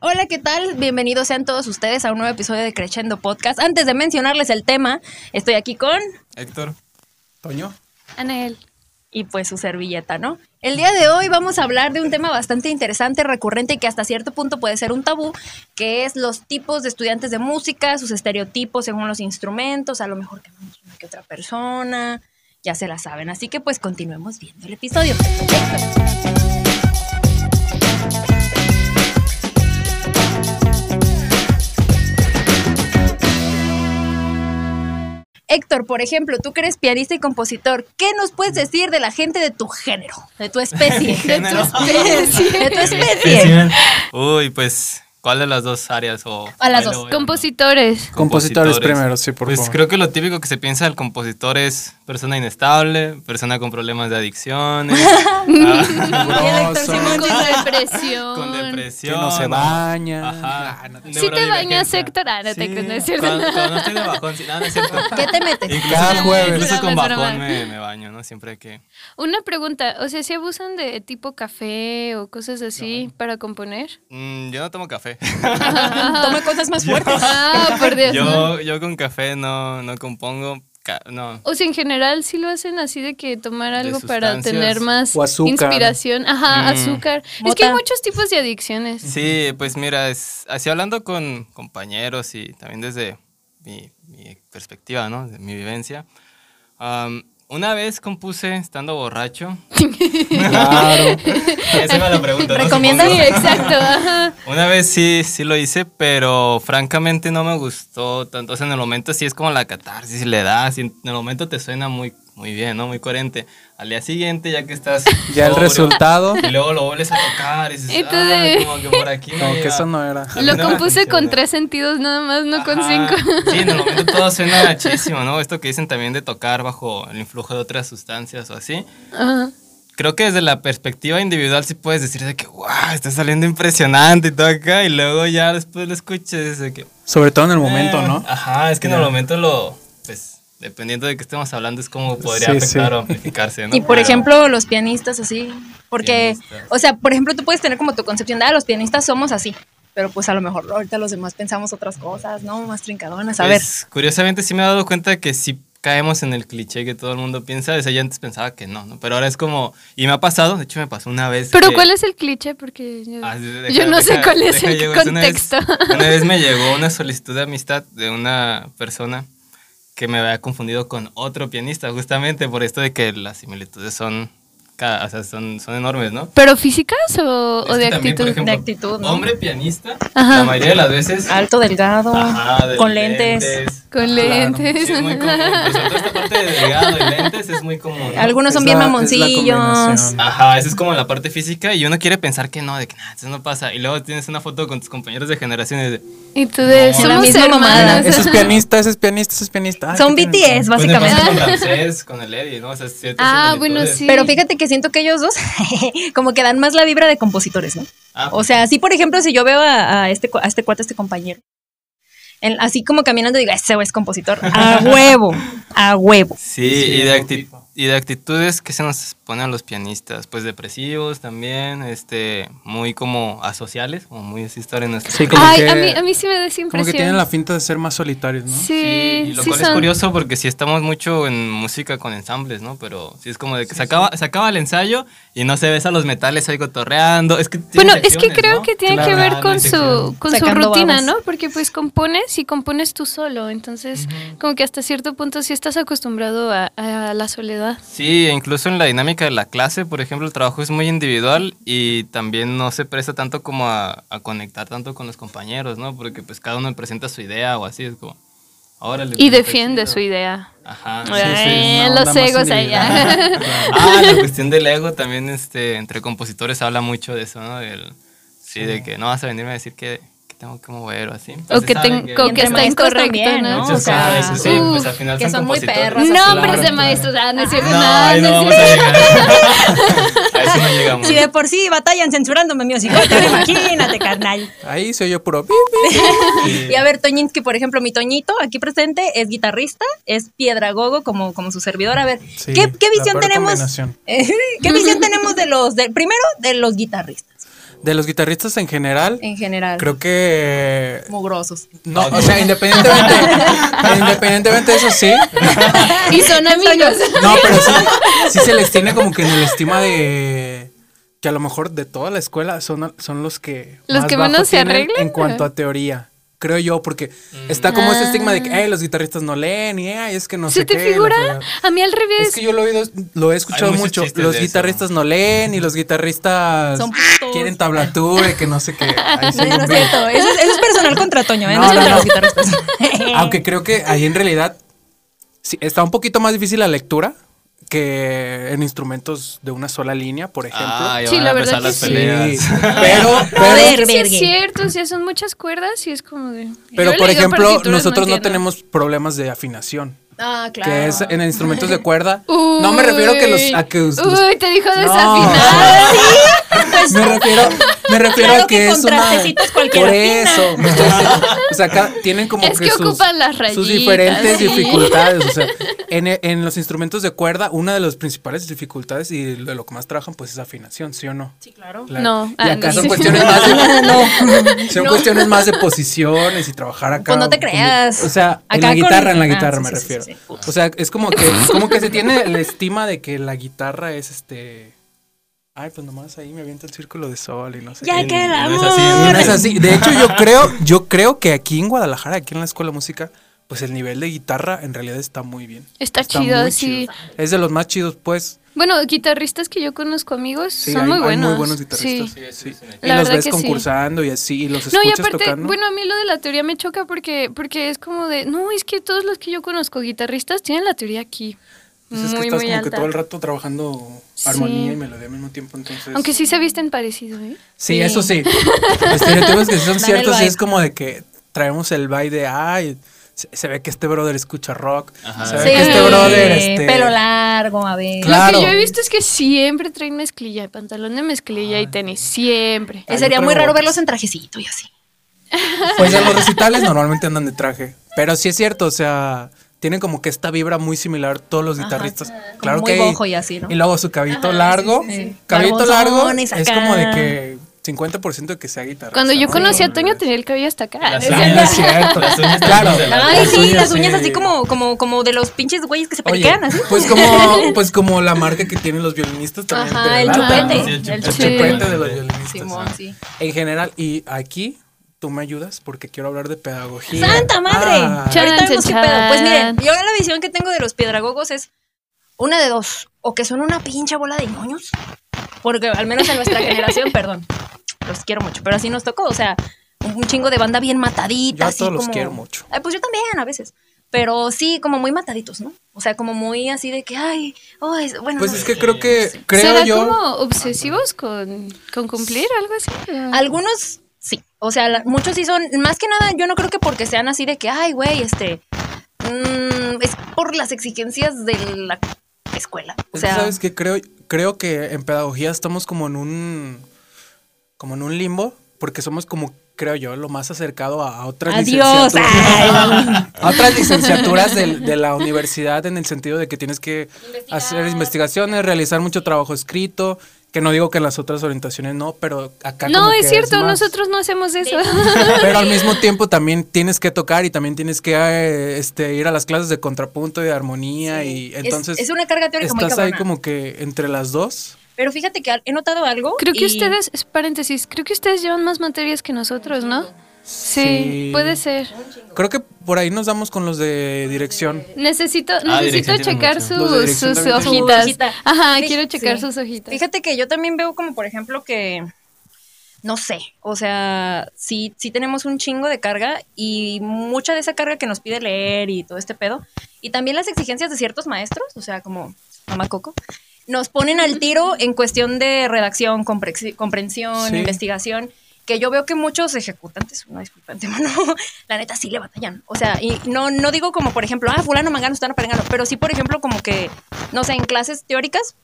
Hola, ¿qué tal? Bienvenidos sean todos ustedes a un nuevo episodio de Crescendo Podcast. Antes de mencionarles el tema, estoy aquí con Héctor. Toño. Anael. y pues su servilleta, ¿no? El día de hoy vamos a hablar de un tema bastante interesante, recurrente y que hasta cierto punto puede ser un tabú, que es los tipos de estudiantes de música, sus estereotipos según los instrumentos, a lo mejor tenemos una que otra persona, ya se la saben, así que pues continuemos viendo el episodio. Héctor, por ejemplo, tú que eres pianista y compositor, ¿qué nos puedes decir de la gente de tu género, de tu especie? De tu especie. De tu especie. Uy, pues, ¿cuál de las dos áreas? O, A las cuál dos. o- Compositores. Compositores primero, sí, por Pues favor. creo que lo típico que se piensa del compositor es persona inestable, persona con problemas de adicciones, ah, Muy bien, Héctor son- Simón, Con dice- depresión. con depresión. Que no se o- baña. Ajá. Si te bañas, neurodivergencia. Héctor, ah, no te creas, no es cierto. Cuando, cuando estoy de bajón, sí, no, no es cierto. ¿Qué te metes? Incluso, Cada jueves. incluso con Broma, es broma. bajón me, me baño, ¿no? Siempre que... Una pregunta, o sea, si abusan de tipo café o cosas así para componer? Mm, yo no tomo café. Toma cosas más fuertes. Ah, por Dios. ¿no? yo, yo con café no, no compongo. ca- No, O sea, en general sí lo hacen así de que tomar algo para sustancias. tener más O azúcar. inspiración. Ajá, Mm. azúcar. Es que Mota. hay muchos tipos de adicciones. Sí, pues mira, es, así hablando con compañeros y también desde mi, mi perspectiva, ¿no? De mi vivencia. am, una vez compuse estando borracho. Claro. Esa era la pregunta. ¿no? ¿Recomiendas? Sí, Supongo. exacto. Ajá. Una vez sí, sí lo hice, pero francamente no me gustó tanto. O sea, en el momento sí es como la catarsis, le das, y en el momento te suena muy, muy bien, ¿no? Muy coherente. Al día siguiente, ya que estás. Ya el sobrio, resultado. Y luego lo vuelves a tocar y dices, Y tú "Ah, de- como que por aquí no. Como que llega". eso no era. A mí Lo no me compuse funciona. con tres sentidos nada más, no con Ajá. cinco. Sí, en el momento todo suena gachísimo, ¿no? Esto que dicen también de tocar bajo el influjo de otras sustancias o así. Ajá. Creo que desde la perspectiva individual sí puedes decir de que, wow, está saliendo impresionante y todo acá. Y luego ya después lo escuches de que... "Ah, Sobre todo en el momento, ¿no? Ajá, es que en el momento lo... Pues, dependiendo de qué estemos hablando, es como podría Sí, afectar sí. o amplificarse, ¿no? Y por Pero- ejemplo, los pianistas así. Porque, Pianistas. o sea, por ejemplo, tú puedes tener como tu concepción de, ah, los pianistas somos así. Pero pues a lo mejor ahorita los demás pensamos otras cosas, ¿no? Más trincadonas. A ver, Pues, curiosamente sí me he dado cuenta que sí caemos en el cliché que todo el mundo piensa. O sea, yo antes pensaba que no, ¿no? Pero ahora es como... Y me ha pasado, de hecho me pasó una vez Pero que- ¿cuál es el cliché? Porque yo, Este Ah, sí, deja- yo no sé deja- cuál es deja el llego. Una vez- contexto. Una vez, me llegó una solicitud de amistad de una persona que me había confundido con otro pianista, justamente por esto de que las similitudes son, ca- o sea, son, son enormes, ¿no? ¿Pero físicas o, Es o de que también, por actitud? ejemplo, De actitud, ¿no? Hombre pianista, Ajá. la mayoría de las veces. alto, delgado, Ajá, de con lentes. Con Claro. lentes. Sí, es muy común. Pues, sobre todo esta parte de delgado y lentes es muy común. ¿no? Algunos son Es bien la- es la mamoncillos. combinación. Ajá, esa es como la parte física y uno quiere pensar que no, de que nada, eso no pasa. Y luego tienes una foto con tus compañeros de generaciones de... y tú de No. somos La misma mamada. hermanas. Mira, ese es pianista, ese es pianista, ese es pianista. Ay, Son qué BTS, interesante. Pues me pasa básicamente. con Ramsés, con el Eddie, ¿no? O sea, ciertas Ah, similitudes. bueno, sí. Pero fíjate que siento que ellos dos como que dan más la vibra de compositores, ¿no? Ah, O sea, así por ejemplo, si yo veo a, a este, cu- a este cuate, a este compañero, en- así como caminando, digo, ese güey es compositor, a huevo, a huevo. sí, y, de acti- y de actitudes que se nos ponen los pianistas, pues depresivos también, este, muy como asociales, como muy así estar en nuestro... Sí, como Ay, que- a, mí, a mí sí me da esa Como impresión. que tienen la finta de ser más solitarios, ¿no? Sí, Sí, y lo sí cual es son. curioso porque si estamos mucho en música con ensambles, ¿no? Pero sí es como de que se, acaba, se acaba el ensayo y no se ves a los metales ahí cotorreando. Es que tiene Bueno, es que secciones, creo ¿no? que tiene que Claro. ver Ah, con no, su, secciones. con su Sacando rutina, babas. ¿no? Porque pues compones y compones tú solo, entonces como que hasta cierto punto sí estás acostumbrado a, a la soledad. Sí, e incluso en la dinámica de la clase, por ejemplo, el trabajo es muy individual y también no se presta tanto como a, a conectar tanto con los compañeros, ¿no? Porque pues cada uno presenta su idea o así, es como... órale, Y pues, está defiende chido". su idea. Ajá. Eh, una los onda más egos allá. individual. Ah, la cuestión del ego también este, entre compositores habla mucho de eso, ¿no? Del- sí, de que no vas a venirme a decir que, que tengo que mover o así. O Entonces que, saben ten- o Y que entre está maestros incorrecto, también, ¿no? ¿no? Muchos O sea, saben eso, sí, uf, pues al final que son, son muy compositores. perros. Claro, Nombres de claro. maestros, ah, no es cierto, No, nada, ahí no no es vamos a llegar. A eso no llegamos. Si de por sí batallan censurándome mi hocicote, ahora imagínate, carnal. Ahí se oyó puro. Y a ver, Toñinski, por ejemplo, mi Toñito, aquí presente, es guitarrista, es piedragogo como, como su servidor. A ver, Sí, ¿qué, qué la visión peor tenemos? combinación. ¿Qué visión tenemos de los, de- primero, de los guitarristas? de los guitarristas en general, en general. creo que... Mugrosos. No, o sea, independientemente, independientemente de eso sí, Y son amigos. No, pero sí, sí se les tiene como que en el estima de que a lo mejor de toda la escuela son, son los que Los que bajo menos se tienen arreglan, en cuanto a teoría. Creo yo, porque está como ese estigma de que "Ey, los guitarristas no leen y "Ay, es que no ¿Se sé te qué, la figura? fregada". A mí al revés. Es que yo lo he, oído- lo he escuchado muchos mucho. chistes Los de eso. guitarristas no leen y los guitarristas Son putos. quieren tablatura y que no sé qué. Ay, No, soy no un es bien. cierto. Eso es, eso es personal contra Toño, ¿eh? No, No, es no, contra no. los guitarristas. Aunque creo que ahí en realidad sí, está un poquito más difícil la lectura que en instrumentos de una sola línea, por ejemplo. Ah, ya Sí, van la a verdad empezar que las sí. peleas. Pero, A ver, pero, Sí, es vergue. cierto, o sea, son muchas cuerdas y es como de... pero Yo he por leído ejemplo, partituras, nosotros no entiendo. tenemos problemas de afinación. Ah, claro. Que es en instrumentos de cuerda. no me refiero que los, a que Uy, us- Uy, te dijo desafinada. desafinada. me refiero, me refiero Claro a que, que es con una. trastecitos cualquiera Por afina. eso. me estoy diciendo, o sea, acá tienen como Es que sus, ocupan las sus rayitas, diferentes sí. dificultades. O sea, en, en los instrumentos de cuerda, una de las principales dificultades y de lo que más trabajan, pues es afinación, ¿sí o no? Sí, claro. Claro. No, y ah, acá no. son cuestiones más de, son cuestiones más de posiciones y trabajar acá. Pues no te con- creas. o sea, Acá en la con- guitarra, en la Ah, guitarra sí, me sí, sí, refiero. sí, sí. O sea, es como que, como que se tiene la estima de que la guitarra es este. Ay, pues nomás ahí me avienta el círculo de sol y no sé. Ya qué. que el no amor. es así, no No es así. De hecho, yo creo, yo creo que aquí en Guadalajara, aquí en la escuela de música, pues el nivel de guitarra en realidad está muy bien. Está chido, muy sí. Es de los más chidos, pues. Bueno, guitarristas que yo conozco, amigos, Sí, son hay, muy hay buenos. muy buenos Sí. guitarristas. Sí. Y La los verdad ves que sí. concursando y así, y los No, escuchas y aparte, tocando. bueno, a mí lo de la teoría me choca porque, porque es como de, no, es que todos los que yo conozco guitarristas tienen la teoría aquí. Pues muy, es que estás muy como alta. que todo el rato trabajando Sí. armonía y melodía al mismo tiempo, entonces. Aunque sí se visten parecido, ¿eh? Sí, eso sí. Los estereotipos que sí Dame son el ciertos sí vibe. es como de que traemos el baile de ay, se, se ve que este brother escucha rock, Ajá. se ve Sí, que este brother este pelo largo, a ver. Lo Claro. que yo he visto es que siempre traen mezclilla, pantalón de mezclilla y tenis, siempre. Eh, Sería Ay, yo muy traigo raro botas. verlos en trajecito y así. Pues en los recitales normalmente andan de traje, pero sí es cierto, o sea, tienen como que esta vibra muy similar todos los guitarristas. Claro muy que bojo y así, ¿no? Y luego su cabito largo, sí, sí. cabito largo Barbosones es acá. como de que 50% de que sea guitarrista. Cuando yo ¿no? conocí a Toño tenía el cabello hasta acá. Las Sí, no es cierto. Las uñas Claro. de la- Ay, Las sí, uñas, las uñas sí. así como, como, como de los pinches güeyes que se Oye, periquean, así. Pues como, pues como la marca que tienen los violinistas también. Ajá, de el la- chupete. el sí, el chupete. El Sí. chupete de los violinistas. Simón, ajá. sí. En general, y aquí tú me ayudas porque quiero hablar de pedagogía. ¡Santa madre! Ah, Chan, Ahorita vemos qué chan, pedo. Pues miren, chan. yo la visión que tengo de los piedragogos es una de dos. O que son una pinche bola de ñoños. Porque al menos en nuestra generación, perdón, los quiero mucho. Pero así nos tocó, o sea, un un chingo de banda bien matadita. Yo a así todos los como- quiero mucho. Ay, pues yo también, a veces. Pero sí, como muy mataditos, ¿no? O sea, como muy así de que, ay, oh, es, bueno. pues no. es que creo que, creo ¿Será yo, como obsesivos con, con cumplir algo así? Algunos sí. O sea, la- muchos sí son. Más que nada, yo no creo que porque sean así de que, ay, güey, este. mm, es por las exigencias de la escuela. O es que sea, sabes que creo, creo que en pedagogía estamos como en un, como en un limbo porque somos como creo yo, lo más acercado a, a otras Adiós, licenciaturas. A otras licenciaturas del- de, la universidad en el sentido de que tienes que hacer investigaciones, realizar mucho trabajo escrito, que no digo que en las otras orientaciones no, pero acá no, como que es cierto, más. nosotros no hacemos eso. Pero al mismo tiempo también tienes que tocar y también tienes que eh, este, ir a las clases de contrapunto y de armonía y es- entonces es una carga teórica muy estás ahí cabrona. como que entre las dos. pero fíjate que he notado algo. Creo que este y- ustedes, es paréntesis, creo que ustedes llevan más materias que nosotros, ¿no? Sí, Sí. puede ser. Creo que por ahí nos damos con los de dirección. Necesito, Ah, necesito dirección tiene checar mucho. Los de sus, dirección sus también tienen. hojitas. Su hojita. Ajá, Fí- quiero checar sí. sus hojitas. Fíjate que yo también veo como, por ejemplo, que. No sé, o sea, sí, sí tenemos un chingo de carga y mucha de esa carga que nos pide leer y todo este pedo. Y también las exigencias de ciertos maestros, o sea, como mamá Coco, nos ponen al tiro en cuestión de redacción, comprexi- comprensión, Sí. investigación. que yo veo que muchos ejecutantes, una disculpa mano, la neta sí le batallan. O sea, y no, no digo como, por ejemplo, ah, fulano, mangano, están perengano, pero sí, por ejemplo, como que, no sé, en clases teóricas,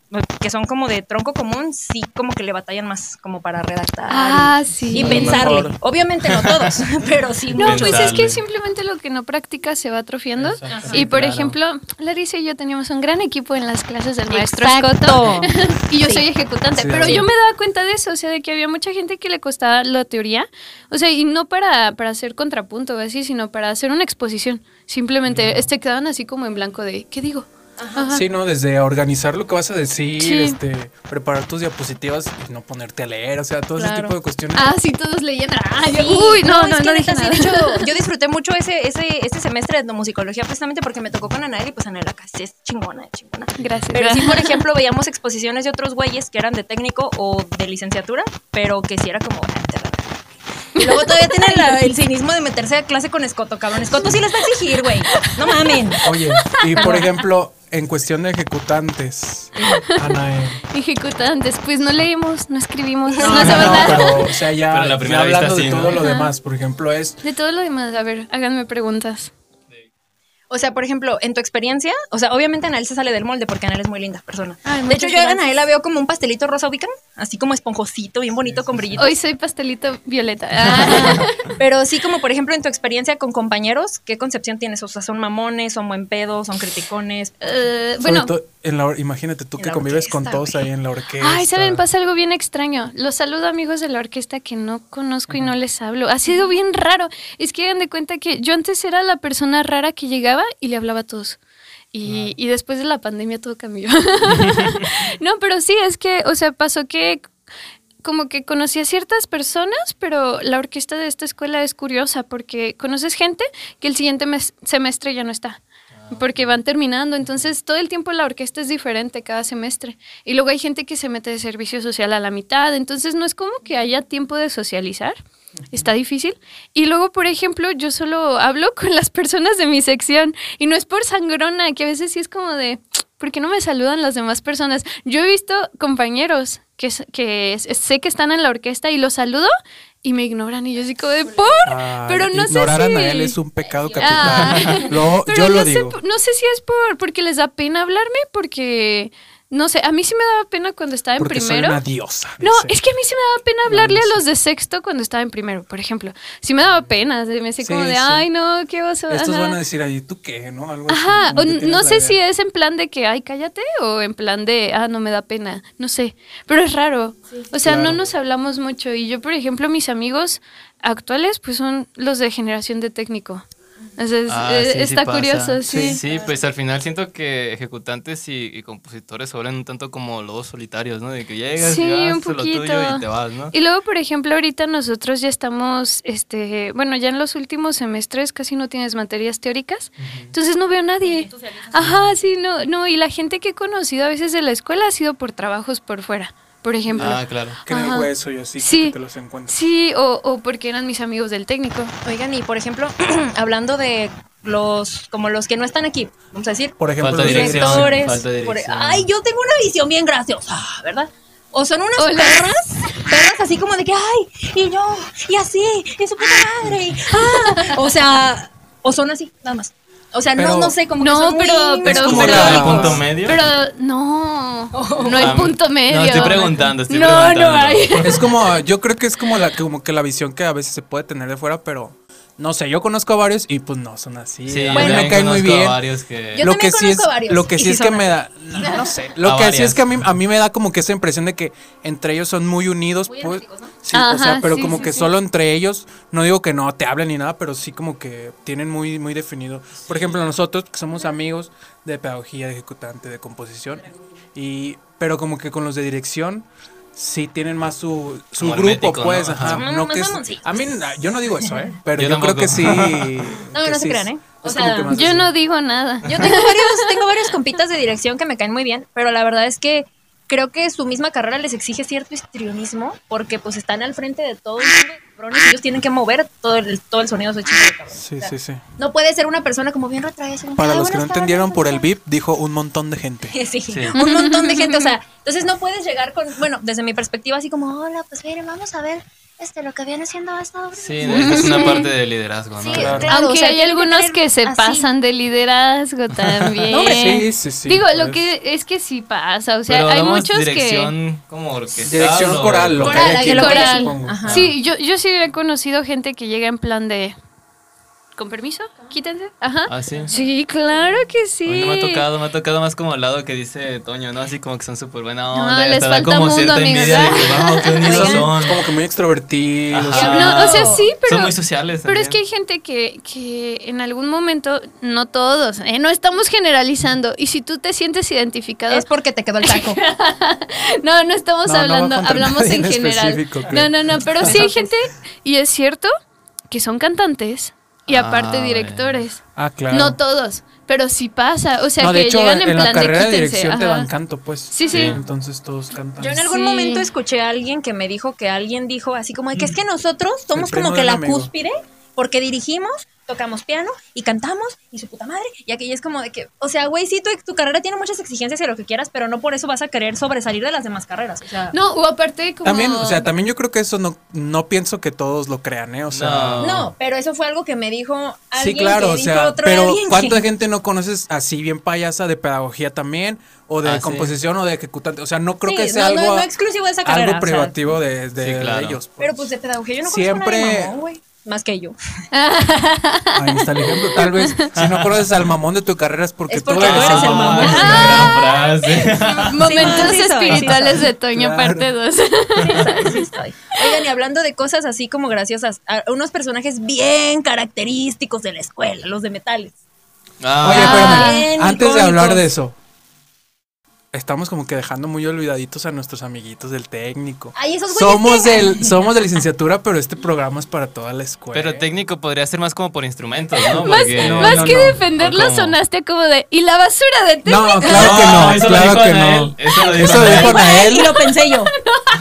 que son como de tronco común, sí como que le batallan más como para redactar. Ah, y- sí. Y lo pensarle. mejor. Obviamente no todos, pero sí No, muchos. pues es que Pensarle. simplemente lo que no practica se va atrofiando. Exacto. Y por Claro. ejemplo, Larissa y yo teníamos un gran equipo en las clases del maestro Exacto. Escoto. y yo Sí. soy ejecutante. Sí, pero sí. yo me daba cuenta de eso, o sea, de que había mucha gente que le costaba la teoría. O sea, y no para, para hacer contrapunto o así, sino para hacer una exposición. Simplemente este, quedaban así como en blanco de, ¿qué digo? Ajá. Sí, ¿no? Desde organizar lo que vas a decir, Sí. este, preparar tus diapositivas y no ponerte a leer, o sea, todo ese Claro. tipo de cuestiones. Ah, sí, todos leían. Ah, yo- Sí, uy, no, es no, que no dije neta, sí, nada. de hecho, yo disfruté mucho ese, ese, este semestre de etnomusicología precisamente porque me tocó con Anael y pues Anael acá sí es chingona, chingona. Gracias. Pero sí, por ejemplo, veíamos exposiciones de otros güeyes que eran de técnico o de licenciatura, pero que sí era como... "Ah, te la- Y luego todavía tienen la- el cinismo de meterse a clase con Escoto, cabrón. Escoto sí les va a exigir, güey. No mamen. Oye, y por ejemplo, en cuestión de ejecutantes, Anael. Ejecutantes, pues no leímos, no escribimos, no, No, hacemos no, nada. pero, o sea, ya, Pero en la ya primera vista hablando de sí, ¿no? todo lo Ajá. demás, por ejemplo, es De todo lo demás, a ver, háganme preguntas. O sea, por ejemplo, en tu experiencia, o sea, obviamente Anael se sale del molde porque Anael es muy linda persona. Ay, de muchas hecho, yo a gracias. Anael la veo como un pastelito rosa, ubican, así como esponjosito, bien bonito, con brillitos. Hoy soy pastelito violeta. Ah, Pero sí, como por ejemplo en tu experiencia con compañeros, ¿qué concepción tienes? O sea, ¿son mamones, son buen pedo, son criticones? eh, sobre bueno, todo en la or- imagínate tú En que la convives orquesta, con todos güey. ahí en la orquesta. ay, saben, pasa algo bien extraño. Los saludo amigos de la orquesta que no conozco y no les hablo. Ha sido bien raro. Es que hagan de cuenta que yo antes era la persona rara que llegaba y le hablaba a todos. Y, y después de la pandemia todo cambió. no, pero sí, es que, o sea, pasó que como que conocí a ciertas personas, pero la orquesta de esta escuela es curiosa porque conoces gente que el siguiente mes- semestre ya no está. Porque van terminando, entonces todo el tiempo la orquesta es diferente cada semestre. Y luego hay gente que se mete de servicio social a la mitad, entonces no es como que haya tiempo de socializar, está difícil. Y luego, por ejemplo, yo solo hablo con las personas de mi sección y no es por sangrona, que a veces sí es como de, ¿por qué no me saludan las demás personas? Yo he visto compañeros que, s- que s- sé que están en la orquesta y los saludo y me ignoran y yo así como de por, Ay, pero no sé Ah, ignorar si... a Anael es un pecado Ah. capital. Lo- Pero yo no lo sé, digo. p- no sé si es por porque les da pena hablarme, porque no sé, a mí sí me daba pena cuando estaba en Porque soy primero. una diosa. No, dice. es que a mí sí me daba pena hablarle a los de sexto cuando estaba en primero, por ejemplo. Sí me daba pena, se me hacía Sí, como de, sí. ay, no, qué oso. Estos ajá". van a decir ahí, ¿tú qué? ¿No? Algo así, Ajá, como o que n- tienes no la sé idea. si es en plan de que, ay, cállate, o en plan de, ah, no me da pena, no sé, pero es raro. o sea, no Claro. nos hablamos mucho y yo, por ejemplo, mis amigos actuales, pues son los de generación de técnico. Entonces, Ah, eh, sí, sí está pasa. curioso, sí. Sí, pues al final siento que ejecutantes y, y compositores se vuelven un tanto como lobos solitarios, ¿no? De que llegas Sí, y vas un a lo poquito. tuyo y te vas, ¿no? Y luego, por ejemplo, ahorita nosotros ya estamos, este, bueno, ya en los últimos semestres casi no tienes materias teóricas, entonces no veo a nadie. Ajá, sí, no, no, y la gente que he conocido a veces de la escuela ha sido por trabajos por fuera, por ejemplo. Ah, claro. Que en el Ajá. hueso y así, Sí. que te los encuentras. Sí, o, o porque eran mis amigos del técnico. Oigan, y por ejemplo, hablando de los, como los que no están aquí, vamos a decir, Por ejemplo, Falta los de- dirección. directores. falta de por- e- dirección. ay, yo tengo una visión bien graciosa, ¿verdad? O son unas Hola. perras, perras así como de que, ay, y yo, y así, y su puta madre, y, ah. O sea, o son así, nada más. O sea, Pero- no, no sé, como que No, son muy- pero, pero, Es como pero, la- ¿El punto medio? pero no, Oh. no hay Ah, punto medio. No, estoy preguntando, estoy no, preguntando. no hay. Es como, yo creo que es como la, como que la visión que a veces se puede tener de fuera, pero no sé, yo conozco a varios y pues no son así. Sí, a mí Bueno. me caen muy conozco a bien. varios que... Yo también es, conozco varios, Lo que y sí, sí es son que me da, no, no sé, lo A que sí varias. es que a mí, a mí me da como que esa impresión de que entre ellos son muy unidos, pues, sí, o sea, Ajá, pero sí, como sí, que sí. solo entre ellos, no digo que no te hablen ni nada, pero sí como que tienen muy, muy definido. Por ejemplo, nosotros que somos amigos de pedagogía, de ejecutante, de composición, y, pero como que con los de dirección... Sí, tienen más su, su Como grupo, hermético, ¿no? pues. Ajá. Ajá. Más- no más que es- mamoncitos. a mí, na- yo no digo eso, ¿eh? Pero yo, Yo creo que sí. tampoco. No, que no se sí es- crean, ¿eh? O es como sea, que más Yo así. no digo nada. Yo tengo varios, tengo varios compitas de dirección que me caen muy bien, pero la verdad es que creo que su misma carrera les exige cierto histrionismo porque pues están al frente de todo un chingo de cabrones y ellos tienen que mover todo el, todo el sonido de su chingo de cabrones. Sí, O sea, sí, sí. No puede ser una persona como bien retraída. así como, Para "Ay, los que no buenas entendieron, tardes, por el buenas VIP dijo un montón de gente. tardes". Sí, Sí. un montón de gente, o sea, entonces no puedes llegar con, bueno, desde mi perspectiva así como, hola, pues miren, vamos a ver este, lo que viene siendo esta obra. Sí, esa es una parte de liderazgo, ¿no? Sí, Claro. Claro, Aunque o sea, hay tiene que algunos tener que se así. pasan de liderazgo también. No, hombre, sí, sí, Ah, sí, Digo, pues. lo que es que sí pasa, o sea, Pero hay damos muchos que... dirección como orquestal. Dirección o- coral, lo que Coral, hay aquí, hay coral. supongo. Ajá. Sí, yo, yo sí he conocido gente que llega en plan de... ¿Con permiso? Quítense. Ajá. Ah, sí. Sí, claro que sí. A mí no me ha tocado, me ha tocado más como al lado que dice Toño, ¿no? Así como que son súper buena No, onda. y les hasta da falta como mundo, cierta amigos. envidia de que, wow, qué unidos Son son. como que muy extrovertidos. Ajá. No, o sea, sí, pero... Ah. Son muy sociales. Pero es que hay también. gente que, que en algún momento, no todos, ¿eh? no estamos generalizando. Y si tú te sientes identificado, Es porque te quedó el taco. no, no estamos No, no va hablando, contra hablamos nadie en en general. específico, creo. No, no, no, pero sí hay gente, y es cierto, que son cantantes y aparte Ah, directores. Ah, claro. No todos, pero sí pasa. O sea, No, que de hecho, llegan en, en la plan de carrera de quítense. dirección te ajá. dan canto, pues. Sí, sí. Entonces todos cantan. Yo en algún Sí. momento escuché a alguien que me dijo que alguien dijo así como de que es que nosotros somos primo como que de un la amigo. cúspide porque dirigimos, tocamos piano y cantamos y su puta madre. Y aquí es como de que, o sea, güey, sí, tu, tu carrera tiene muchas exigencias y lo que quieras, pero no por eso vas a querer sobresalir de las demás carreras. O sea, No, o aparte como... También, o sea, también yo creo que eso no, no pienso que todos lo crean, ¿eh? O sea, No. no, pero eso fue algo que me dijo alguien sí, claro, que o dijo sea, otro pero alguien que- ¿cuánta gente no conoces así bien payasa de pedagogía también? O de Ah, sí. composición o de ejecutante. O sea, no creo Sí, que sea no, no, algo, no exclusivo de esa carrera, algo o sea. privativo de, de- Sí, claro. de ellos. Pero pues de pedagogía yo no conozco a nadie Siempre- mamón, güey, más que yo. Ahí está el ejemplo. Tal vez si no conoces al mamón de tu carrera es porque, Es porque tú eres el mamón. es Ah. una gran frase. Sí, sí Momentos soy, sí soy. espirituales de Toño, Claro. parte 2. Sí estoy, sí estoy. Oigan, y hablando de cosas así como graciosas, a- unos personajes bien característicos de la escuela, los de metales. Ah, Oye, Ah. Bien espérame, antes de hablar icónicos. de eso, estamos como que dejando muy olvidaditos a nuestros amiguitos del técnico. Ay, esos güeyes Somos que- del, somos de licenciatura, pero este programa es para toda la escuela. pero técnico podría ser más como por instrumentos, ¿no? pues. Más, Porque- no, más no, que no. defenderlo, ¿O cómo? sonaste como de. Y la basura de té. No, claro que no, eso lo claro dijo que Anael, no. Eso lo dijo Eso lo dijo Anael. Y Anael, lo pensé yo.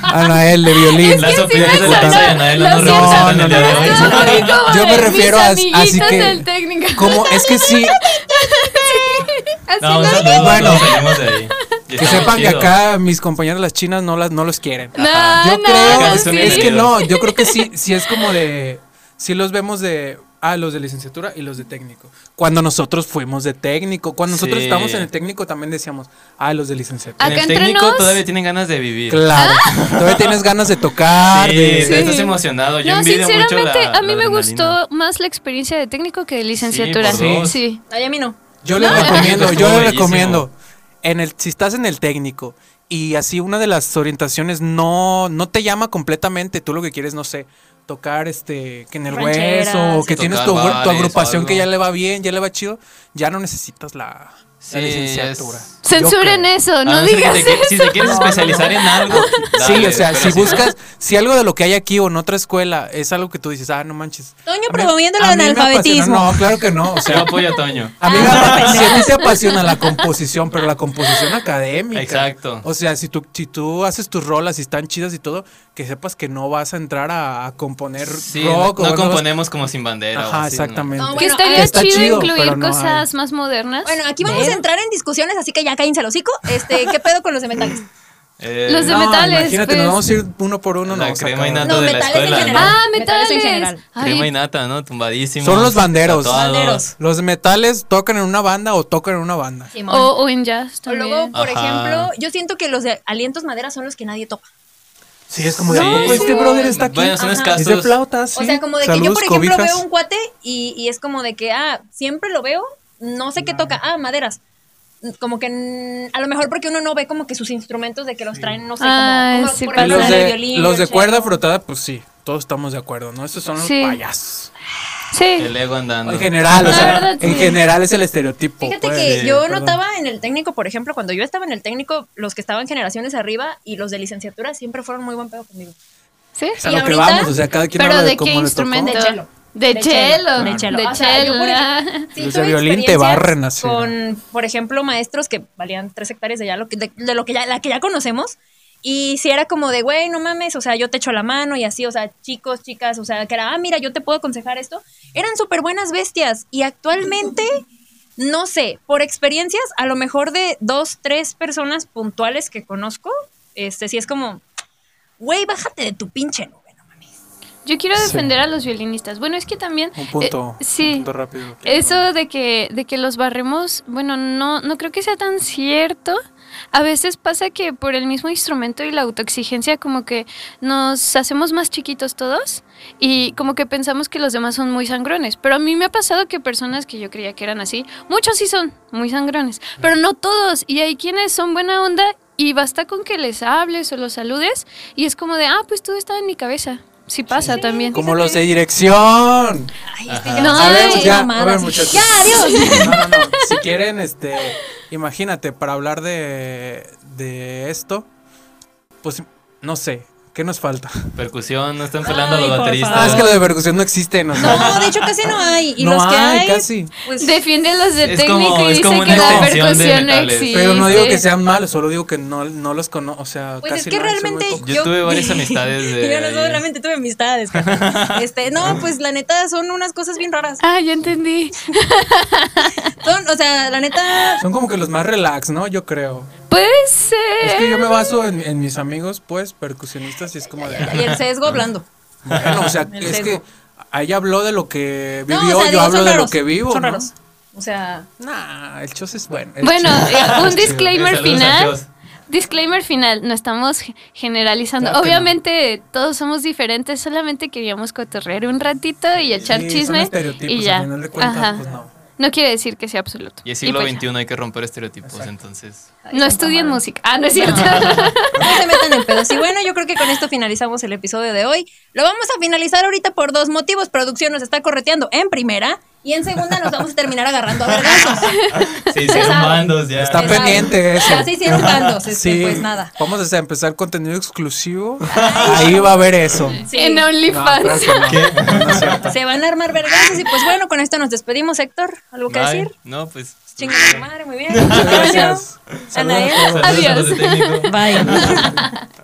Anael de violín. Las sí opiniones me de la sonó. clase de Anael no Lo siento, representan el día de pero hoy. estuvo muy como Yo de me refiero a- mis así amiguitos que- del técnico. Como es que sí, Así No, no, un saludo, Bueno. todos salimos de ahí. Y que está muy sepan que chido. acá mis compañeras las chinas no las no los quieren. No, Yo no, creo, sí. es que bienvenidos. no, yo creo que sí, sí es como de, sí los vemos de, ah, los de licenciatura y los de técnico. Cuando nosotros fuimos de técnico, cuando nosotros Sí. estábamos en el técnico también decíamos, ah, los de licenciatura. En Acá el entre técnico nos- todavía tienen ganas de vivir. Claro, ah. todavía tienes ganas de tocar, Sí, de- sí. estás emocionado. Yo No, envidio sinceramente, mucho la, a mí la me adrenalina. Ah, gustó más la experiencia de técnico que de licenciatura. por dos. sí. Ay, a mí no. Yo les No, recomiendo, estuvo yo les bellísimo. recomiendo. En el, si estás en el técnico y así una de las orientaciones no, no te llama completamente, tú lo que quieres, no sé, tocar este que en el Rancheras. hueso, o que Sí, tienes tocar tu, agru- tu bares o agrupación que algo. ya le va bien, ya le va chido, ya no necesitas la, la Sí, licenciatura. es- Yo Censuren creo. eso, A no no ser que digas te eso. qui- Si te quieres especializar en algo. Sí, dale, o sea, pero si buscas, si algo de lo que hay aquí o en otra escuela es algo que tú dices, ah, no manches. Toño a mí- promoviendo el a mí me analfabetismo. apasiona- No, claro que no. O Yo sea, apoyo a Toño. A mí me Ah, apa- si a ti te apasiona la composición, pero la composición académica. Exacto. O sea, si tú, si tú haces tus rolas y están chidas y todo, que sepas que no vas a entrar a, a componer Sí, rock. no o vas- componemos como sin bandera. o Ajá, así, ¿no? exactamente. No, Que Bueno, estaría que está chido, chido, pero incluir no hay. cosas más modernas. Bueno, aquí vamos a entrar en discusiones, así que ya cállense el hocico. Este, ¿qué pedo con los de metales? Eh, Los de No, metales, Imagínate, pues. nos vamos a ir uno por uno. La no, crema y saca- nata. No, de la metales escuela, en ¿no? general. ah, metales. en general. Ay, Crema y nata, ¿no? Tumbadísimos. Son los banderos. tatuados. Banderos. Los metales tocan en una banda o tocan en una banda. Simón. o, o en jazz O también. luego, por Ajá. ejemplo, yo siento que los de alientos madera son los que nadie topa. Sí, es como Sí. de, "¿A poco este brother está aquí. Bueno, son Ajá. Es escasos. de flauta, Ah, sí. O sea, como de que yo, Saludos, por ejemplo, cobijas. veo un cuate y, y es como de que, ah, siempre lo veo, no sé qué toca, ah, maderas. Como que mm, a lo mejor porque uno no ve como que sus instrumentos de que los traen, no sé, como, Ay, como sí por pasa. ejemplo, los la del de, violín, los de el cuerda cello. frotada, pues sí, todos estamos de acuerdo, ¿no? Estos son los Sí. payasos. Sí. El ego andando. En general, o La sea, verdad, en sí. general es el estereotipo. Fíjate pues. que Sí, yo perdón. notaba en el técnico, por ejemplo, cuando yo estaba en el técnico, los que estaban generaciones arriba y los de licenciatura siempre fueron muy buen pedo conmigo. Sí. Es a y lo que ahorita- vamos, o sea, cada quien Pero habla de, de qué cómo le tocó. instrumento? De cello. De cello. De cello. De O sea, yo, por cello. ejemplo, sí Los de tuve violín te experiencias barren así, ¿no? Con, por ejemplo, maestros que valían tres hectáreas de, ya lo que, de, de lo que ya, la que ya conocemos. Y si era como de, güey, no mames, o sea, yo te echo la mano y así, o sea, chicos, chicas, o sea, que era, ah, mira, yo te puedo aconsejar esto. Eran súper buenas bestias. Y actualmente, no sé, por experiencias, a lo mejor de dos, tres personas puntuales que conozco, este, sí es como, güey, bájate de tu pinche nube, no mames. Yo quiero defender a los violinistas. Bueno, es que también... Un punto, eh, sí. un punto rápido. Eso de que, de que los barremos, bueno, no, no creo que sea tan cierto. A veces pasa que por el mismo instrumento y la autoexigencia como que nos hacemos más chiquitos todos y como que pensamos que los demás son muy sangrones. Pero a mí me ha pasado que personas que yo creía que eran así, muchos sí son muy sangrones, pero no todos. Y hay quienes son buena onda y basta con que les hables o los saludes y es como de, ah, pues todo está en mi cabeza. Sí pasa también. Como los de dirección. Ay, este ya No, no, a ver, muchas ya, mamadas. a ver, muchachos. Ya, adiós. No, no, no. Si quieren, este, imagínate, para hablar de, de esto, pues no sé, ¿qué nos falta? Percusión, no están pelando a Ay, los por bateristas. favor. Ah, es que lo de percusión no existe, no, No, de hecho casi no hay. Y No los que hay, hay, casi. pues Defiende a los de Es técnico como- y es dice como que una la extensión de percusión no metales. existe. Pero no digo que sean malos, solo digo que no, no los conozco, o sea, Pues es casi que no hay, soy muy realmente poco. Yo tuve varias amistades de yo no ahí. solamente tuve amistades. carnal. Este, no, pues la neta son unas cosas bien raras. Ah, ya entendí. Son, o sea, la neta Son como que los más relax, ¿no? Yo creo. Puede ser. Es que yo me baso en, en mis amigos, pues, percusionistas, y es como de... "Ah, y el sesgo hablando. Bueno, o sea, El es que sesgo. ahí habló de lo que vivió, no, o sea, yo digo, hablo son de lo raros, que vivo. Son ¿no? raros. O sea, Nah, el chos es bueno. el Bueno, chos- eh, un disclaimer Saludos a final. Dios. Disclaimer final, no estamos ge- generalizando. Claro que no. Obviamente todos somos diferentes, solamente queríamos cotorrear un ratito y echar Sí, son chisme estereotipos, y ya. al final de cuentas, Ajá. pues, no. No quiere decir que sea absoluto. Y es siglo pues ya. XXI, hay que romper estereotipos, entonces. ay, No son estudien mamadas. música. Ah, no es cierto. No se metan en pedos. Y bueno, yo creo que con esto finalizamos el episodio de hoy. Lo vamos a finalizar ahorita por dos motivos. Producción nos está correteando en primera y en segunda nos vamos a terminar agarrando a vergazos. Se hicieron bandos ya. Está Exacto. pendiente eso. Ya se hicieron bandos, este, Sí, pues nada. Vamos a hacer- empezar contenido exclusivo. Ahí va a haber eso. En No, claro OnlyFans. que no. No es cierto. Se van a armar vergazos y pues bueno, con esto nos despedimos, Héctor. ¿Algo que Bye. decir? No, pues. Chinga tu madre, muy bien. Muchas gracias. Saludos a Anael. saludos todos. a los Adiós. de técnico. Bye.